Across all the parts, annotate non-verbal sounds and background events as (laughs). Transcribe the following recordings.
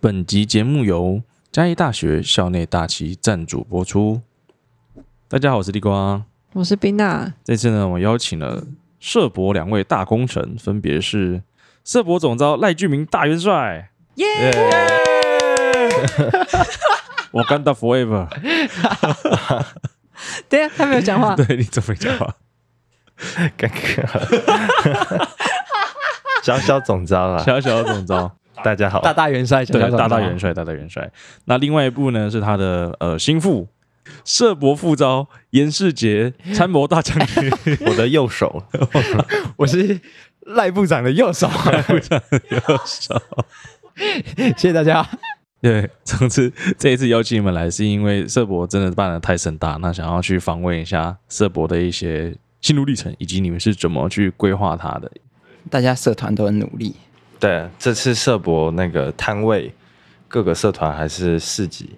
本集节目由嘉义大学校内大旗赞助播出。大家好，我是地瓜。我是冰娜，这次呢，我邀请了社博两位大功臣，分别是社博总招赖俊明大元帅。耶、我干到 forever，等一下他没有讲 (laughs) (laughs) 话，对你怎么讲话？尴尬。小小总招 (laughs) 啊，小小总 (laughs) 招，大家好，大大元帅，对，大大元元帅，帅，大大元帅。那另外一部呢，是他的呃心腹社博副招严世杰参谋大将 (laughs) 军。我的右手，我是赖部长的右手， (laughs) 谢谢大家。 (laughs) 对，总之这一次邀请你们来，是因为社博真的办的太盛大，那想要去访问一下社博的一些心路历程，以及你们是怎么去规划它的。大家社团都很努力，对，这次社博那个摊位，各个社团还是市集，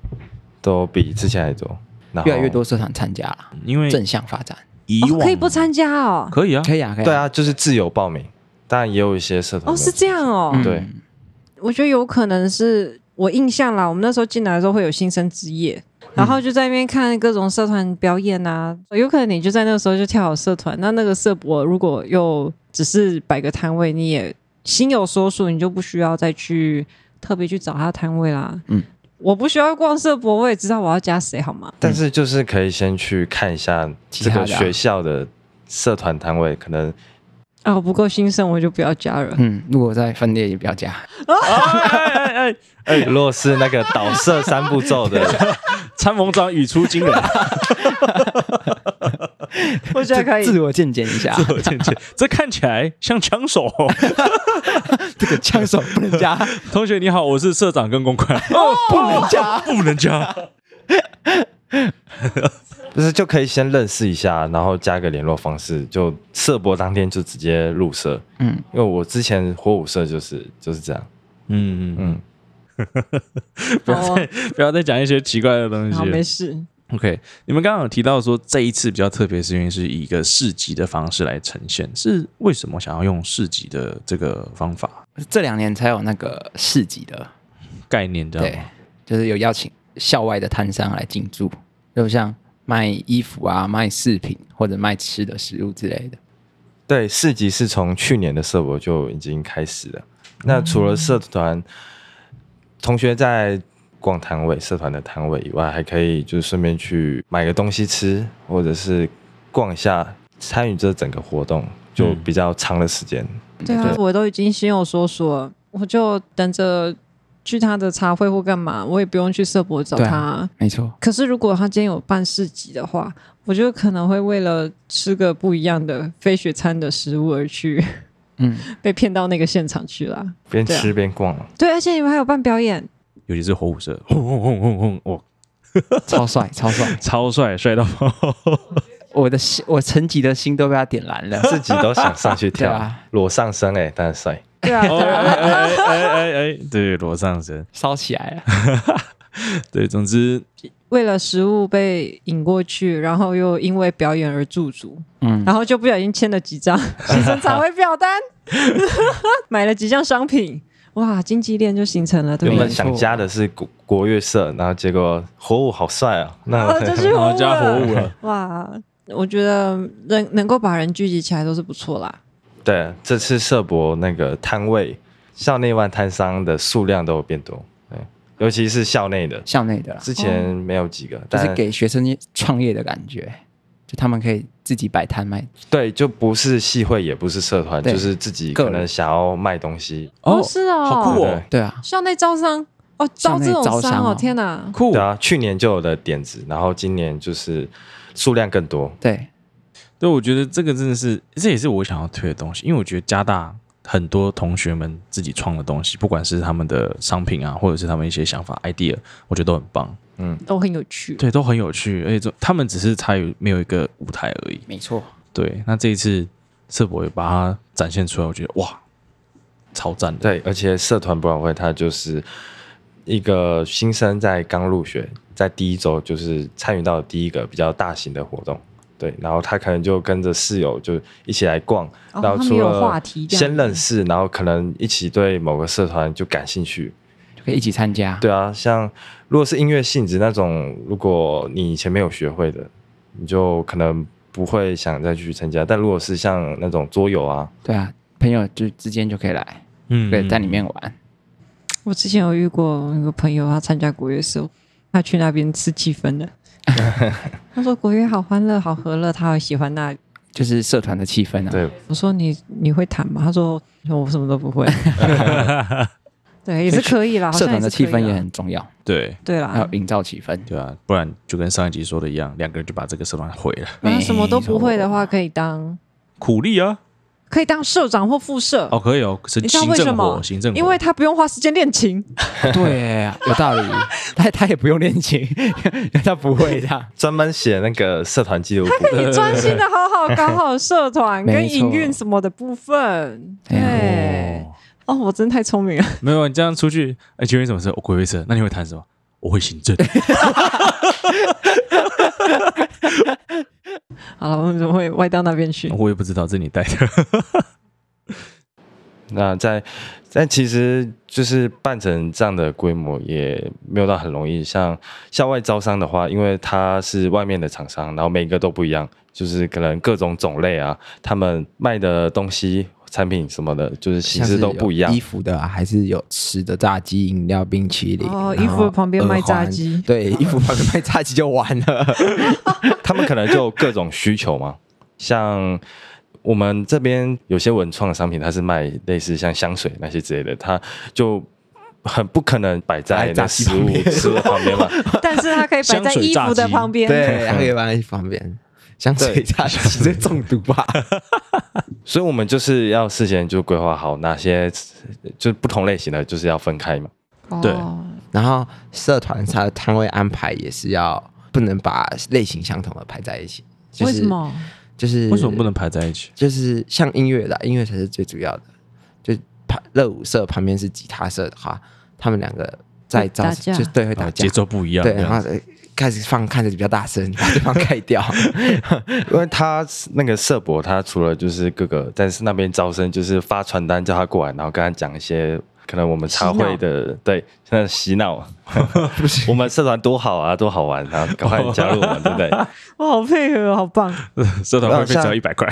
都比之前还多，然后越来越多。社团参加了，因为正向发展，以哦往、可以不参加哦。可以啊，可以啊，可以。对，啊，就是自由报名，当然也有一些社团哦，没有是这样哦。嗯对，我觉得有可能是我印象啦，我们那时候进来的时候会有新生之夜，然后就在那边看各种社团表演啊，有可能你就在那个时候就跳好社团。那那个社博如果又只是摆个摊位，你也心有所属，你就不需要再去特别去找他摊位啦。嗯，我不需要逛社博，我也知道我要加谁好吗？但是就是可以先去看一下其这他的个啊学校的社团摊位，可能啊，我不够兴盛，我就不要加了。嗯，如果再分裂也不要加，哎哎哎，如果是那个导社三步骤 (laughs) 的， (laughs) 哎，参谋长语出惊人，啊 (laughs) 我觉得可以。自我鉴检一下，我见见这看起来像枪手。 (laughs) (laughs) 这个枪手不能加，同学你好，我是社长跟公关，哦，不能加。 (laughs) 不能加。不是就可以先认识一下，然后加个联络方式，就社博当天就直接入社。嗯，因为我之前火舞社就是就是这样，嗯嗯，嗯，不要再不要再讲一些奇怪的东西哦好，了没。事。 OK，你们刚刚有提到说这一次比较特别，是因为是以一个市集的方式来呈现，是为什么想要用市集的这个方法 (laughs) 这两年才有那个市集的，概念，这样对吗？，就是有邀请校外的摊商来进驻，就像卖衣服啊、卖饰品或者卖吃的食物之类的。对，市集是从去年的社博就已经开始了。那除了社团同学在逛摊位、社团的摊位以外，还可以就是顺便去买个东西吃，或者是逛一下，参与这整个活动就比较长的时间。对啊，我都已经心有所属了，我就等着去他的茶会或干嘛，我也不用去社博找对他。啊没错，可是如果他今天有办市集的话，我就可能会为了吃个不一样的非雪餐的食物而去嗯， (laughs) 被骗到那个现场去啦。边对啊吃边逛，对，而且你们还有办表演，尤其是火舞社，轰轰轰轰轰，哇，超帅，超帅！超帅，帅到爆！我的心，我层级的心都被他点燃了。 (laughs) 自己都想上去 (laughs) 跳，对啊裸上身哎、但是帅。对啊，哎对啊哎哎哎哎哎，对，裸上身，烧起来了，对，总之为了食物被引过去，然后又因为表演而驻足，嗯，然后就不小心签了几 (laughs) 张新生茶会表 (laughs) 单，买了几项商品，哇，经济链就形成了，对原不对本？想加的是国国乐社，然后结果火舞好帅啊！那 (laughs) 啊， (laughs) 这是 (laughs) 然火哦后舞啊加火舞了了，哇！我觉得能能够把人聚集起来都是不错啦。对这次社博那个摊位，校内外摊商的数量都有变多，对，尤其是校内的，校内的啦，之前没有几个，就但是给学生创业的感觉，就他们可以自己摆摊卖。对，就不是系会，也不是社团，对就是自己个可人能想要卖东西，哦，是哦，好酷哦对，对啊，校内招商哦，招这种校内招商商哦，哦天哪！酷对啊，去年就有的点子，然后今年就是数量更多，对，对，我觉得这个真的是，这也是我想要推的东西，因为我觉得加大很多同学们自己创的东西，不管是他们的商品啊，或者是他们一些想法 idea，我觉得都很棒，嗯，都很有趣。对，都很有趣，而且这他们只是参与没有一个舞台而已。没错，对，那这一次社博也把它展现出来，我觉得哇，超赞的。对，而且社团博览会它就是一个新生在刚入学，在第一周就是参与到的第一个比较大型的活动。对，然后他可能就跟着室友就一起来逛，哦然后他们除有了话题这样先认识，然后可能一起对某个社团就感兴趣，就可以一起参加。对啊，像如果是音乐性质那种，如果你以前没有学会的，你就可能不会想再去参加。但如果是像那种桌游啊，对啊，朋友就之间就可以来，嗯可以在里面玩。我之前有遇过一个朋友，他参加国乐社，他去那边吃气 (laughs) 氛的。他说国乐好欢乐，好和乐，他好喜欢那里。就是社团的气氛啊，对，我说你你会弹吗？他说我什么都 (laughs) 不会。对，也是可以啦，好社像团的是可以啊气啦氛也很重啊要，对对还有啦。营造气氛。对啊，不然就跟上一集说的一样，两个人就把这个社团毁了。那呃什么都不会的话，没错，可以当苦力啊，可以当社长或副社。哦，可以哦，是你知道行为什政活，么？行政活，因为他不用花时间练琴，对，啊有道理。他他也不用练琴， (laughs) 他不会的。专门写那个社 (laughs) 团记录簿。你专心的好好搞好社团没跟营错运什么的部分。哎呀对，哦，我真太聪明了。没有你这样出去，哎，请问你什么事？我鬼会社，那你会谈什么？我会行政，好了，我们怎么会歪到那边去？我也不知道，这你带的。那在但其实就是办成这样的规模也没有到很容易。像校外招商的话，因为它是外面的厂商，然后每个都不一样，就是可能各种种类啊，他们卖的东西、产品什么的，就是形像是式都不一样有衣。服的、啊、还是有吃的炸鸡、饮料、冰淇淋。哦然后衣服旁边卖炸鸡哦耳环对，衣服旁边卖炸鸡就完了。他们可能就有各种需求嘛，像。我们这边有些文创的商品，它是卖类似像香水那些之类的，它就很不可能摆在摆在炸那鸡食物旁边食物旁边嘛，但是它可以摆在衣服的旁 (laughs) 边。对，还可以放在旁边。香水炸鸡这中毒 (laughs) 吧？所以我们就是要事先就规划好哪些就是不同类型的，就是要分开嘛。哦对然后社团它的摊位安排也是要不能把类型相同的排在一起。就是、为什？么？就是 (laughs) 为什么不？能排在一起？就是像音乐的，音乐才是最主要的。就旁热舞社旁边是吉他社的话，他们两个在会招打架就对会打啊架节，奏不一样，对，这样然后呃开始放看着比较大声，把 (laughs) 对方盖掉。 (laughs) 因为他那个社博，他除了就是各个在那边招生，就是发传单叫他过来，然后跟他讲一些可能我们茶会的对，现在洗脑，我们社团多好啊，多好玩啊，赶快加入我们，对不对？我好配合，好棒！ (laughs) 社团会费只要然后像一百块，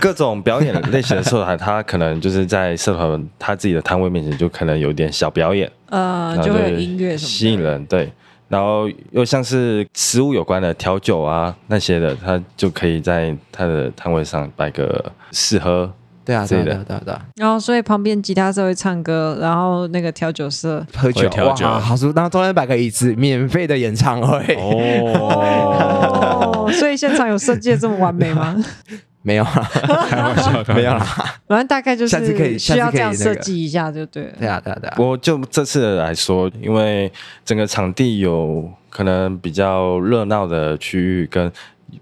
各种表演类型的社团，他可能就是在社团他自己的摊位面前，就可能有点小表演，呃，然后就会有音乐什吸么引的。人，啊对。然后又像是食物有关的调酒啊那些的，他就可以在他的摊位上摆个试喝，对啊，对啊之类对的啊，对啊，对啊，然后，所以旁边吉他社会唱歌，然后那个调酒社，喝酒调酒哇，好舒服。然后中间摆个椅子，免费的演唱会，哦哎哦，，所以现场有设计的这么完美吗？ (laughs) 没有 (laughs) 啦，开 (laughs) 玩笑，开玩没有笑。啦。反正大概就下次可是以下次需要可这以样那设个计一下就对了。对啊，对啊，对啊。 (laughs) 我就这次来说，因为整个场地有可能比较热闹的区域跟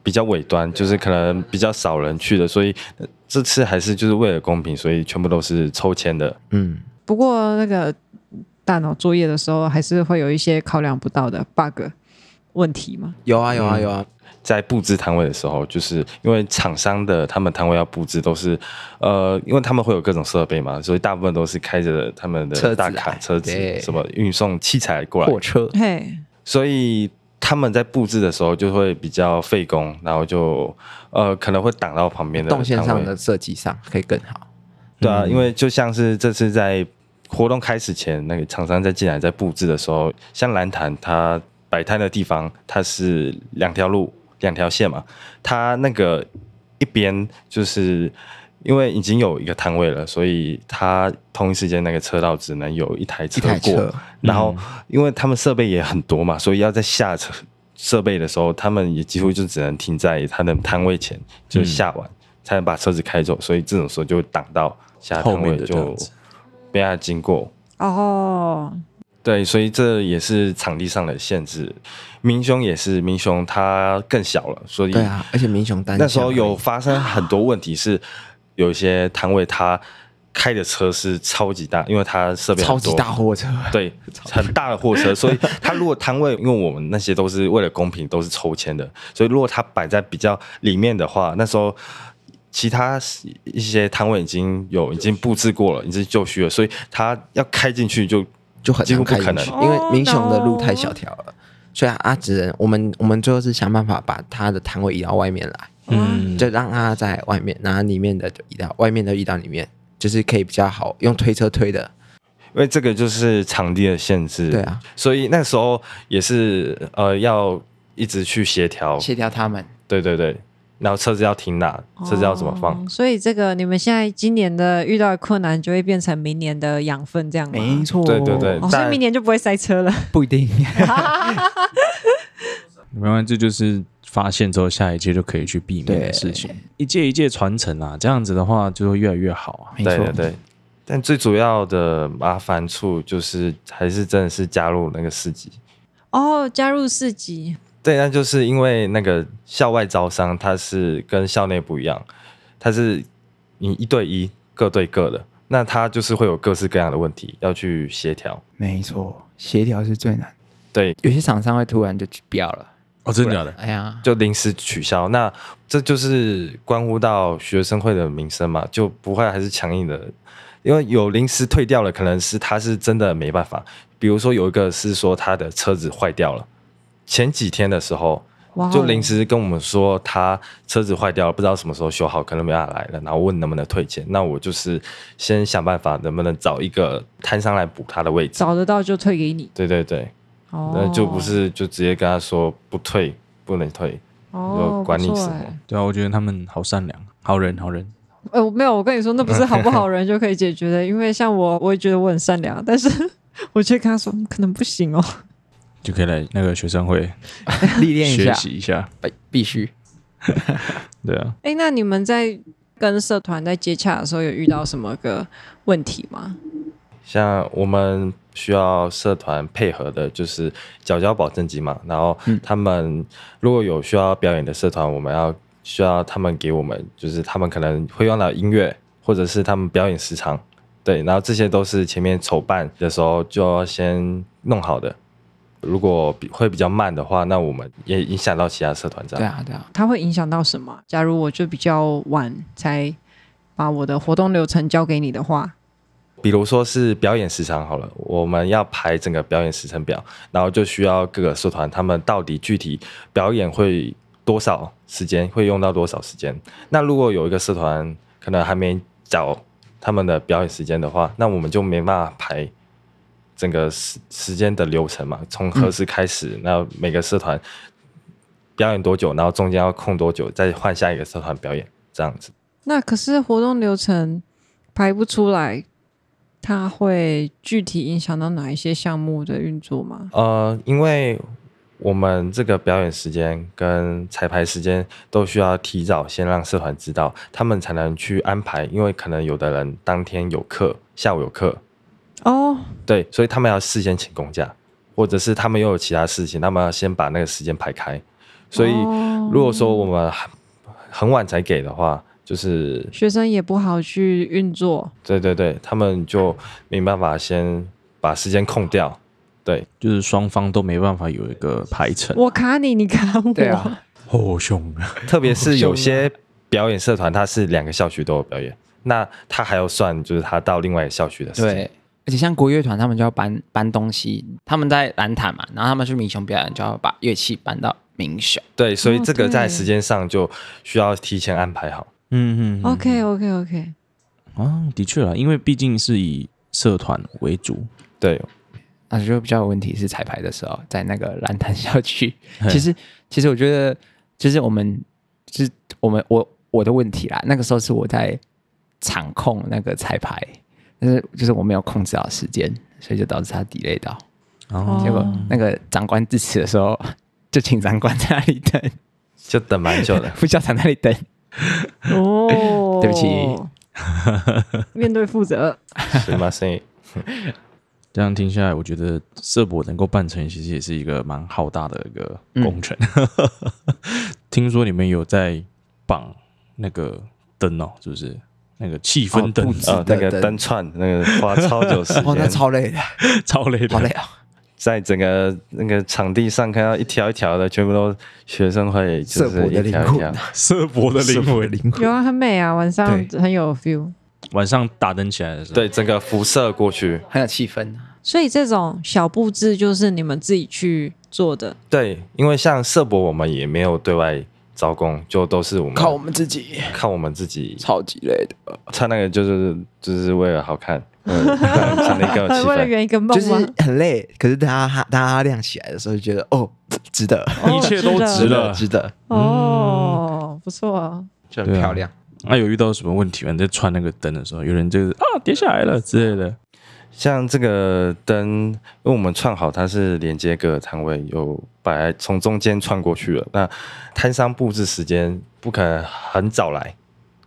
比较尾端，就是可能比较少人去的，所以呃这次还是就是为了公平，所以全部都是抽签的。嗯，不过那个大脑作业的时候，还是会有一些考量不到的 bug 问题嘛。有啊，有啊，嗯有啊。在布置摊位的时候，就是因为厂商的他们摊位要布置都是，呃，因为他们会有各种设备嘛，所以大部分都是开着他们车子的来大卡车子对什么运送器材过来货，车嘿，所以他们在布置的时候就会比较费工，然后就呃可能会挡到旁边的动线摊上位的设计上可以更好。对啊，因为就像是这次在活动开始前，那个厂商在进来在布置的时候，像蓝潭它摆摊的地方，它是两条路两条线嘛，它那个一边就是。因为已经有一个摊位了，所以它同一时间那个车道只能有一台一车台过。嗯车，然后，因为他们设备也很多嘛，所以要在下车设备的时候，他们也几乎就只能停在他的摊位前，就下完、才能把车子开走。所以这种时候就会挡到下后摊面位的这就样子被他经过。哦，对，所以这也是场地上的限制。明兄也是，明兄他更小了，所以对啊，而且民雄单嗯那时候向有发生很多问题，是有一些摊位他开的车是超级大，因为他设备很超级多大货车，对，很大的货车，所以他如果摊位，因为我们那些都是为了公平，都是抽签的，所以如果他摆在比较里面的话，那时候其他一些摊位已经有已经布置过了，已经就绪了，所以他要开进去就就很几乎难不开可进能哦去，哦因为民雄的路太懂小条了。所以阿只能我们我们最后是想办法把他的摊位移到外面来，嗯，就让他在外面，然后里面的就移到外面的移到里面，就是可以比较好用推车推的。因为这个就是场地的限制。对，啊，所以那时候也是呃要一直去协调，协调他们。对对对，然后车子要停哪，车子要怎么放哦，所以这个你们现在今年的遇到的困难，就会变成明年的养分，这样吗？没错，对对对哦，所以明年就不会塞车了。不一定。没关系，这就是发现之后下一届就可以去避免的事情，一届一届传承啊，这样子的话就会越来越好啊。没对错对，对。但最主要的麻烦处就是还是真的是加入那个市集。哦，加入市集，对，那就是因为那个校外招商，它是跟校内不一样，它是你一对一、各对各的，那它就是会有各式各样的问题要去协调。没错，协调是最难。对，有些厂商会突然就不要了，哦，真的假的？哎呀，就临时取消，那这就是关乎到学生会的名声嘛，就不会还是强硬的，因为有临时退掉了，可能是他是真的没办法。比如说有一个是说他的车子坏掉了，前几天的时候哇哦就临时跟我们说他车子坏掉了，不知道什么时候修好，可能没办法来了，然后问能不能退钱，那我就是先想办法能不能找一个摊商来补他的位置。找得到就退给你。对对对，哦，那就不是就直接跟他说不退，不能退。哦，就管你不错什么哎对啊，我觉得他们好善良，好人，好人。呃，我没有，我跟你说，那不是好 (laughs) 不好人就可以解决的，因为像我，我也觉得我很善良，但是 (laughs) 我却跟他说，嗯可能不行哦。就可以来那个学生会历练一学下，习一下，必必须。对啊，哎，那你们在跟社团在接洽的时候，有遇到什么个问题吗？像我们需要社团配合的，就是缴交保证金嘛。然后他们如果有需要表演的社团，我们要需要他们给我们，就是他们可能会用到音乐，或者是他们表演时长，对。然后这些都是前面筹办的时候就要先弄好的。如果比会比较慢的话，那我们也影响到其他社团这对样。啊，对啊，它会影响到什么？假如我就比较晚才把我的活动流程交给你的话，比如说是表演时长好了，我们要排整个表演时程表，然后就需要各个社团他们到底具体表演会多少时间，会用到多少时间。那如果有一个社团可能还没找他们的表演时间的话，那我们就没办法排整个时时间的流程嘛，从何时开始，那、每个社团表演多久，然后中间要空多久，再换下一个社团表演，这样子。那可是活动流程排不出来，它会具体影响到哪一些项目的运作吗？呃，因为我们这个表演时间跟彩排时间都需要提早先让社团知道，他们才能去安排。因为可能有的人当天有课，下午有课，哦，对，所以他们要事先请公假，或者是他们又有其他事情，他们要先把那个时间排开。所以哦如果说我们很很晚才给的话，就是学生也不好去运作，对对对，他们就没办法先把时间空掉。对，就是双方都没办法有一个排程，我卡你，你卡我，对 (laughs) 啊，好凶啊！特别是有些表演社团，它是两个校区都有表演，那他还要算就是他到另外一个校区的时间。对。而且像国乐团，他们就要搬搬东西，他们在蓝毯嘛，然后他们去民雄表演，就要把乐器搬到民雄。对，所以哦这个在对时间上就需要提前安排好。嗯嗯 OK OK OK，啊，的确啊，因为毕竟是以社团为主，对，那啊就比较有问题是彩排的时候，在那个蓝潭 (laughs) 校区嘿。其实，其实我觉得，就是我们，就是我们我我的问题啦。那个时候是我在场控那个彩排，但是就是我没有控制好时间，所以就导致他 delay 到。然哦后结果那个长官致辞的时候， (laughs) 就请长官在那里等， (laughs)。就等蛮久的副校长那里等。哦对不起， (laughs) 面对负责，对吗？所以这样听下来，我觉得社博能够办成，其实也是一个蛮浩大的一个工程。 (laughs) 听说你们有在绑那个灯哦，是不是？那个气氛灯、啊哦布置 (laughs) 呃，那个等灯串那个花超久时 (laughs) 哦，那间，超累的，超累啊的，好累哦。在整个那个场地上看到一条一条的，全部都学生会就社是博的一灵条一魂条啊，社博的灵魂。灵魂，有啊，很美啊，晚上对很有 feel。晚上打灯起来的时候，对，整个辐射过去。很有气氛啊。所以这种小布置就是你们自己去做的。对，因为像社博，我们也没有对外招工，就都是我们靠我们自己，靠我们自己超级累的。穿那个，就是就是为了好看，嗯， (laughs) 穿的更有气 (laughs) 为了氛。圆一个梦就是吗？很累，可是当它当它亮起来的时候，就觉得哦， (laughs) 值得，哦一切都嗯值值了得，值得，哦，不错啊。就对很啊漂亮。那有遇到什么问题吗？你在穿那个灯的时候，有人就是啊跌下来了之类的，像这个灯，因为我们串好，它是连接各个摊位，有摆从中间串过去了。那摊商布置时间不可能很早来，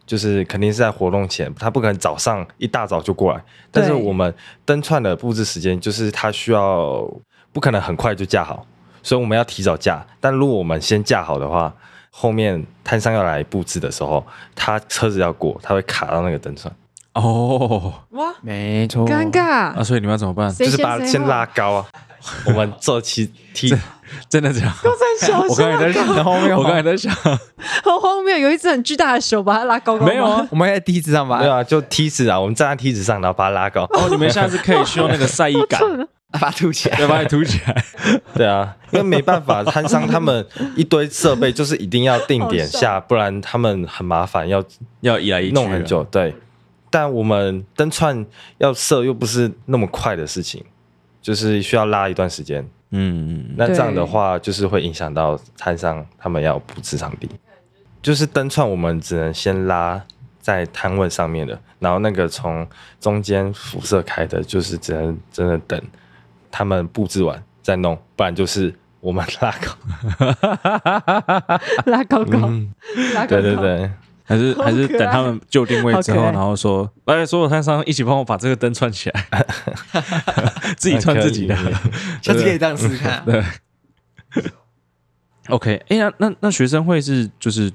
就是肯定是在活动前，他不可能早上一大早就过来。但是对我们灯串的布置时间，就是它需要不可能很快就架好，所以我们要提早架。但如果我们先架好的话，后面摊商要来布置的时候，他车子要过，他会卡到那个灯串，哦，啊哇，没错，尴尬那。所以你们要怎么办？谁就是把它谁先后拉高啊。 (laughs) 我们做梯梯真的这样？在小 (laughs) 我刚才在想，我刚才在想，很荒谬，有一只很巨大的手把它拉高高。没有啊，我们在第一次上吧没，有啊，就梯子啊，我们站在梯子上，然后把它拉高。哦，你们下次可以去用那个晒衣 (laughs) 杆，把它吐起来。对，把你凸起来。对啊，因为没办法，摊商他们一堆设备就是一定要定点好笑下，不然他们很麻烦，要要移来移去，弄很。久。对，但我们灯串要设又不是那么快的事情，就是需要拉一段时间。嗯，那这样的话，就是会影响到摊商他们要布置场地。就是灯串，我们只能先拉在摊位上面的，然后那个从中间辐射开的，就是只能真的等他们布置完再弄，不然就是我们拉 (laughs) 高。 (laughs) 拉高高，拉高高。对对对，还是好还是可爱等他们就定位之后，好可爱然后说，来，所有摊商一起帮我把这个灯串起来，自己串自己的可以。可下次可以这样试试看啊。对，OK，哎、那那那学生会是就是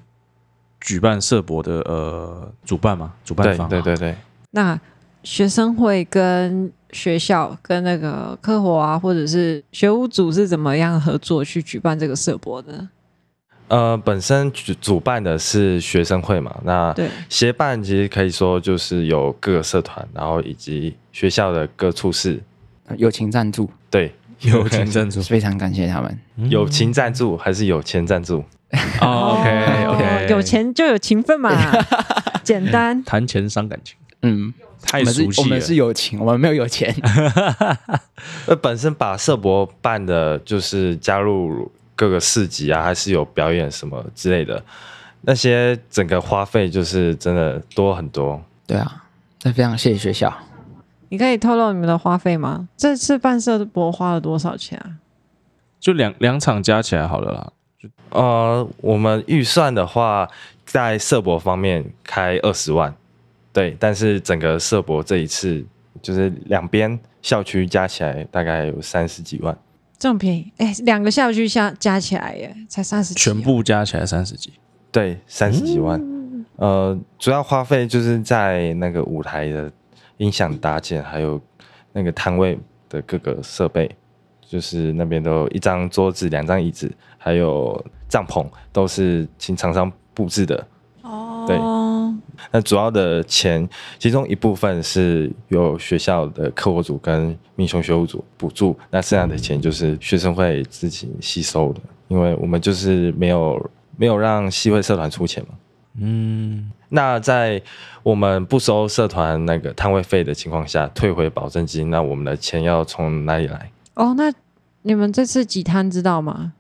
举办社博的呃主办吗？主办对方吗啊对对对，那学生会跟学校、跟那个科活啊，或者是学务组是怎么样合作去举办这个社博的呢？呃，本身主主办的是学生会嘛，那对协办其实可以说就是有各个社团，然后以及学校的各处室，友情赞助，对，友情赞 (laughs) 助非常感谢他们。友情赞助还是有钱赞助？哦，OK OK，有钱就有情 (laughs) 分嘛，简单。谈钱伤感情，嗯，太我们是熟悉了。我们是友情，我们没有友 (laughs) 钱。啊呃，本身把社博办的，就是加入各个市集啊，还是有表演什么之类的，那些整个花费就是真的多很多。对啊，那非常谢谢学校。你可以透露你们的花费吗？这次办社博花了多少钱啊？就两两场加起来好了啦。呃，我们预算的话，在社博方面开二十万，对，但是整个社博这一次就是两边校区加起来大概有三十几万，这么便宜？哎，两个校区加加起来耶，才三十、啊全部加起来三十几，对，三十几万。呃，主要花费就是在那个舞台的音响搭建，还有那个摊位的各个设备，就是那边都有一张桌子、两张椅子，还有帐篷，都是请厂商布置的。哦。对那主要的钱，其中一部分是由学校的课务组跟民雄学务组补助，那剩下的钱就是学生会自己吸收的，因为我们就是没有没有让系会社团出钱嘛。嗯，那在我们不收社团那个摊位费的情况下，退回保证金，那我们的钱要从哪里来？哦，那你们这次几摊知道吗？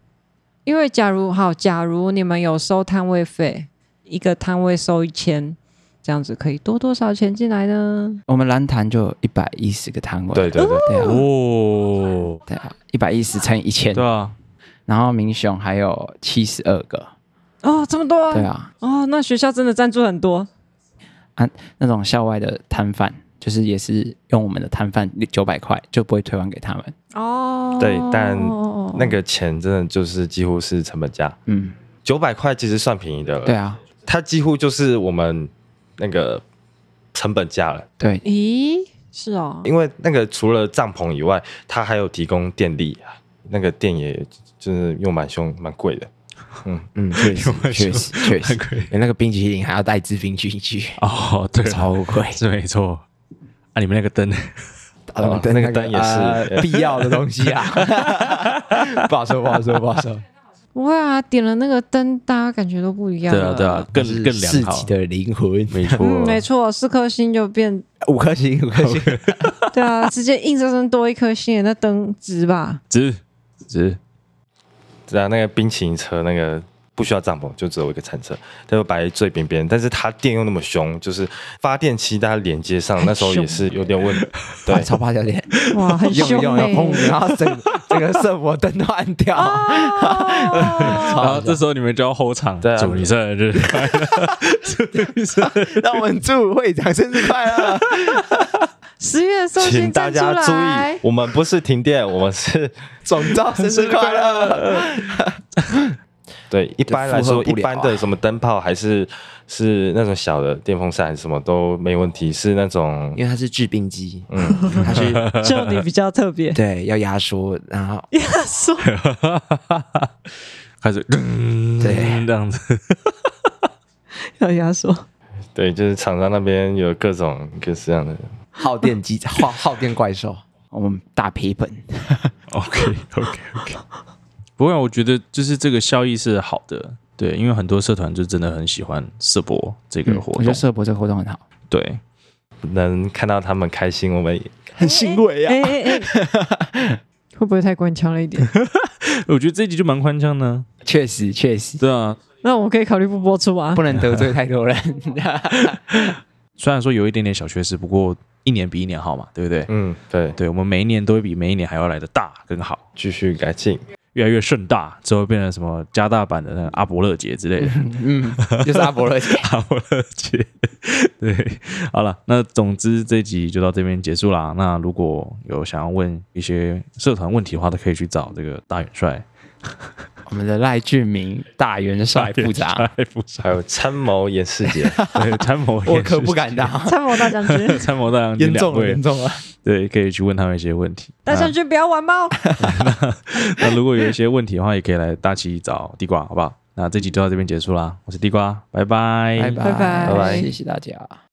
因为假如好，假如你们有收摊位费，一个摊位收一千，这样子可以多多少钱进来呢？我们蓝潭就有一百一十个摊位，对对对，对啊，哦，对啊，一百一十乘以一千对，啊，然后民雄还有七十二个，哦，这么多、对啊，哦，那学校真的赞助很多。那种校外的摊贩，就是也是用我们的摊贩九百块就不会退还给他们，哦，对但那个个钱真的就是几乎是成本价，嗯，九百块其实算便宜的了，对啊，它几乎就是我们那个成本价了。对，咦，是哦，因为那个除了帐篷以外，它还有提供电力啊，那个电也就是用蛮凶蛮贵的。嗯，确实为什确么实确实，贵连那个冰淇淋还要带一支冰进去，哦，对啊，超贵。是没错。啊，你们那个灯，哦对那个灯也是呃必要的东 (laughs) 西啊。不好说，不好说，不好说。不会啊，点了那个灯，大家感觉都不一样对了。啊对啊，更是更良市好集。的灵魂，没错，嗯，没错，四颗星就变，五颗星，五颗星。对啊，直接硬生生多一颗星，那灯值吧？值值，对啊，那个冰淇淋车那个不需要帐篷，就只有一个餐车，它就摆最边边，但是它电又那么凶，就是发电机它连接上那时候也是有 (laughs) 点问题，对对，，啊欸超怕小点，哇，很用凶一用，然哎、后砰，然后整整个圣魔灯都按掉。 (laughs) 哦然后这时候你们就要 hold 场，对啊祝你生日快乐，祝你生日让我们祝会长生日快 (laughs) 乐！十月寿请星大站出家注意来，，我们不是停电，我们是 (laughs) 总召生日快乐！对一般来负荷说，不一了啊般的什么灯泡还是是那种小的电风扇还是什么都没问题，是那种因为它是制冰机， (laughs) 嗯，它是就你比较特 (laughs) 别。对要压缩，然后啊说开始，对这样子，要压缩，对，就是厂商那边有各种各式样的，耗电机，耗耗电怪兽。我们大赔本。 OK OK OK，不过我觉得就是这个效益是好的，对，因为很多社团就真的很喜欢社博这个活我觉动得，社博这个活动很好，对，能看到他们开心，我们也很欣慰啊哎！哎哎，会不会太官腔了一点？我觉得这一集就蛮宽腔的，确实，确实，对啊，那我可以考虑不播出啊不。能得罪太多人。 (laughs) 虽然说有一点点小缺失，不过一年比一年好嘛，对不对？嗯，对，对，我们每一年都会比每一年还要来的大跟好，继续改进，越来越盛大，之后变成什么加大版的那个阿伯乐节之 (laughs) 类的。嗯，就是阿伯乐姐。阿伯乐节， (laughs) 对，好了，那总之这集就到这边结束啦。那如果有想要问一些社团问题的话，都可以去找这个大元帅 (laughs) 我们的赖俊明大元帅 (laughs) 部长，，大元帅部长， (laughs) 还有参谋严世杰，对，参谋我可不敢当，参谋大将 (laughs) 军 (laughs) ，参谋大将军严两重了，位严，重了。对，可以去问他们一些问题。大将军不要玩猫。那如果有一些问题的话，也可以来大七找地瓜，好不好？那这集就到这边结束啦，我是地瓜，拜拜，拜拜拜谢谢大家。